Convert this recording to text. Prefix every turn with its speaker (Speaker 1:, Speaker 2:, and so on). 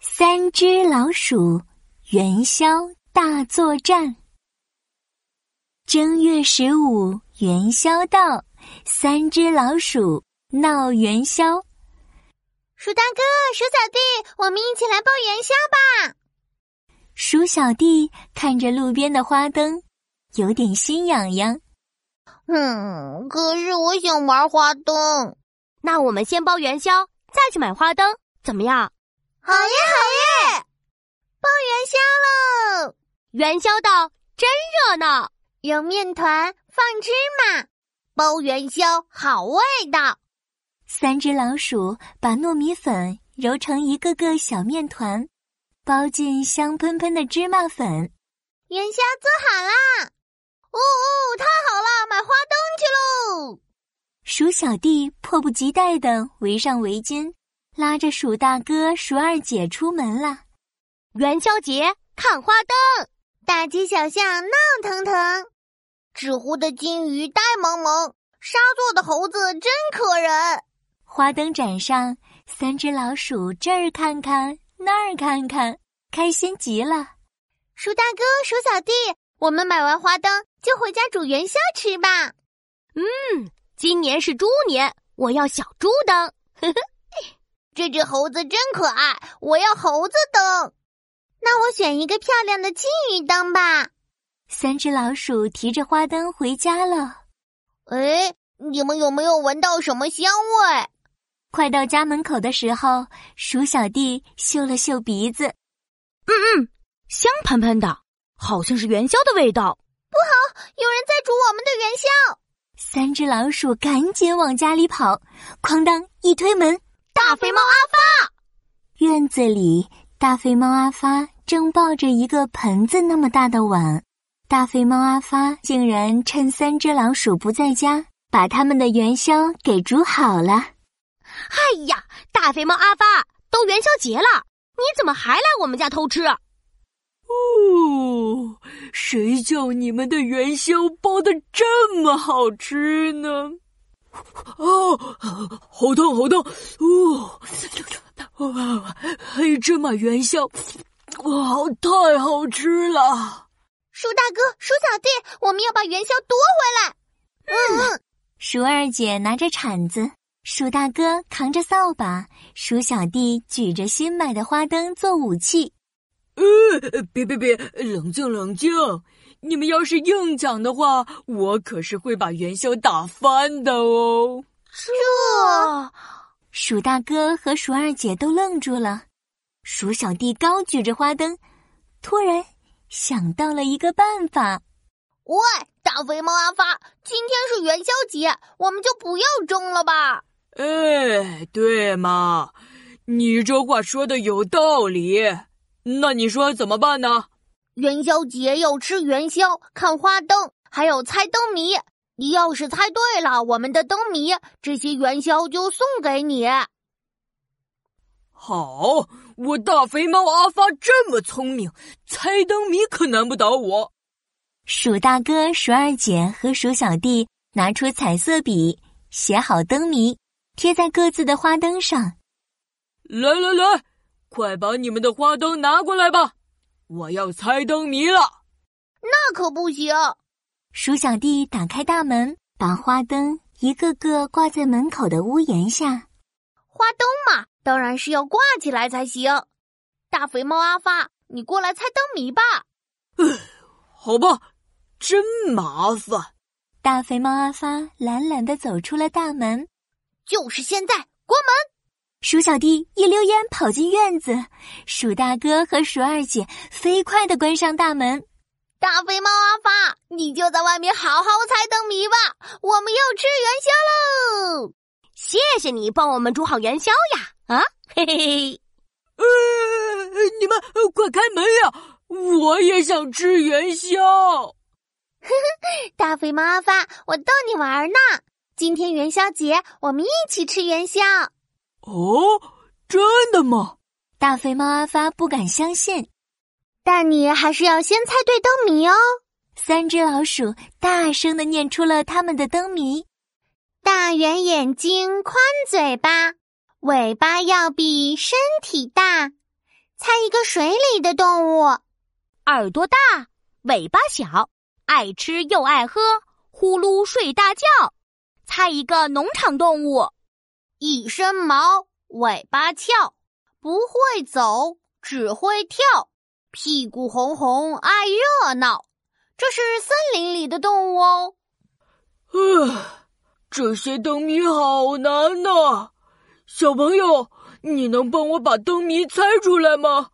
Speaker 1: 三只老鼠元宵大作战。正月十五元宵到，三只老鼠闹元宵。
Speaker 2: 鼠大哥、鼠小弟，我们一起来包元宵吧！
Speaker 1: 鼠小弟看着路边的花灯，有点心痒痒。
Speaker 2: 嗯，可是我想玩花灯。
Speaker 3: 那我们先包元宵，再去买花灯，怎么样？
Speaker 2: 好耶，好耶！包元宵喽！
Speaker 3: 元宵到，真热闹！
Speaker 2: 揉面团，放芝麻，包元宵好味道。
Speaker 1: 三只老鼠把糯米粉揉成一个个小面团，包进香喷喷的芝麻粉。
Speaker 2: 元宵做好啦！哦哦，太好了，买花灯去喽！
Speaker 1: 鼠小弟迫不及待的围上围巾，拉着鼠大哥、鼠二姐出门了。
Speaker 3: 元宵节看花灯，
Speaker 2: 大街小巷闹腾腾，纸糊的金鱼呆萌萌，沙做的猴子真可人。
Speaker 1: 花灯展上，三只老鼠这儿看看那儿看看，开心极了。
Speaker 2: 鼠大哥、鼠小弟，我们买完花灯就回家煮元宵吃吧。
Speaker 3: 嗯，今年是猪年，我要小猪灯。呵呵，
Speaker 2: 这只猴子真可爱，我要猴子灯。那我选一个漂亮的金鱼灯吧。
Speaker 1: 三只老鼠提着花灯回家了。
Speaker 2: 哎，你们有没有闻到什么香味？
Speaker 1: 快到家门口的时候，鼠小弟嗅了嗅鼻子，
Speaker 3: 嗯嗯，香喷喷的，好像是元宵的味道。
Speaker 2: 不好，有人在煮我们的元宵！
Speaker 1: 三只老鼠赶紧往家里跑，哐当一推门，
Speaker 3: 大肥猫阿发。
Speaker 1: 院子里，大肥猫阿发正抱着一个盆子那么大的碗。大肥猫阿发竟然趁三只老鼠不在家，把他们的元宵给煮好了。
Speaker 3: 哎呀，大肥猫阿发，都元宵节了，你怎么还来我们家偷吃？啊
Speaker 4: 哦，谁叫你们的元宵包的这么好吃呢？哦，好烫好烫！哦，哇，芝麻哎元宵，哇，太好吃了！
Speaker 2: 鼠大哥、鼠小弟，我们要把元宵夺回来。嗯，
Speaker 1: 鼠二姐拿着铲子，鼠大哥扛着扫把，鼠小弟举着新买的花灯做武器。
Speaker 4: 呃，别别别，冷静冷静！你们要是硬抢的话，我可是会把元宵打翻的哦。
Speaker 2: 这，
Speaker 1: 鼠大哥和鼠二姐都愣住了。鼠小弟高举着花灯，突然。想到了一个办法，
Speaker 2: 喂，大肥猫阿发，今天是元宵节，我们就不要争了吧？
Speaker 4: 哎，对嘛，你这话说的有道理。那你说怎么办呢？
Speaker 2: 元宵节要吃元宵，看花灯，还有猜灯谜。你要是猜对了我们的灯谜，这些元宵就送给你。
Speaker 4: 好，我大肥猫阿发这么聪明，猜灯谜可难不倒我。
Speaker 1: 鼠大哥、鼠二姐和鼠小弟拿出彩色笔，写好灯谜，贴在各自的花灯上。
Speaker 4: 来来来，快把你们的花灯拿过来吧，我要猜灯谜了。
Speaker 2: 那可不行！
Speaker 1: 鼠小弟打开大门，把花灯一个个挂在门口的屋檐下。
Speaker 2: 花灯嘛，当然是要挂起来才行。大肥猫阿发，啊你过来猜灯谜吧。
Speaker 4: 好吧，真麻烦。
Speaker 1: 大肥猫阿发懒懒的走出了大门。
Speaker 2: 就是现在，关门！
Speaker 1: 鼠小弟一溜烟跑进院子，鼠大哥和鼠二姐飞快的关上大门。
Speaker 2: 大肥猫阿发，你就在外面好好猜灯谜吧，我们要吃元宵喽！
Speaker 3: 谢谢你帮我们煮好元宵呀！啊，嘿嘿嘿，
Speaker 4: 呃，你们快开门呀！我也想吃元宵。
Speaker 2: 呵呵，大肥猫阿发，我逗你玩呢。今天元宵节，我们一起吃元宵。
Speaker 4: 哦，真的吗？
Speaker 1: 大肥猫阿发不敢相信，
Speaker 2: 但你还是要先猜对灯谜哦。
Speaker 1: 三只老鼠大声的念出了他们的灯谜。
Speaker 2: 大圆眼睛，宽嘴巴，尾巴要比身体大。猜猜一个水里的动物。
Speaker 3: 耳朵大，尾巴小，爱吃又爱喝，呼噜睡大觉。猜一个农场动物。
Speaker 2: 一身毛，尾巴翘，不会走，只会跳，屁股红红，爱热闹。这是森林里的动物哦。
Speaker 4: 啊，这些灯谜好难呐、小朋友，你能帮我把灯谜猜出来吗？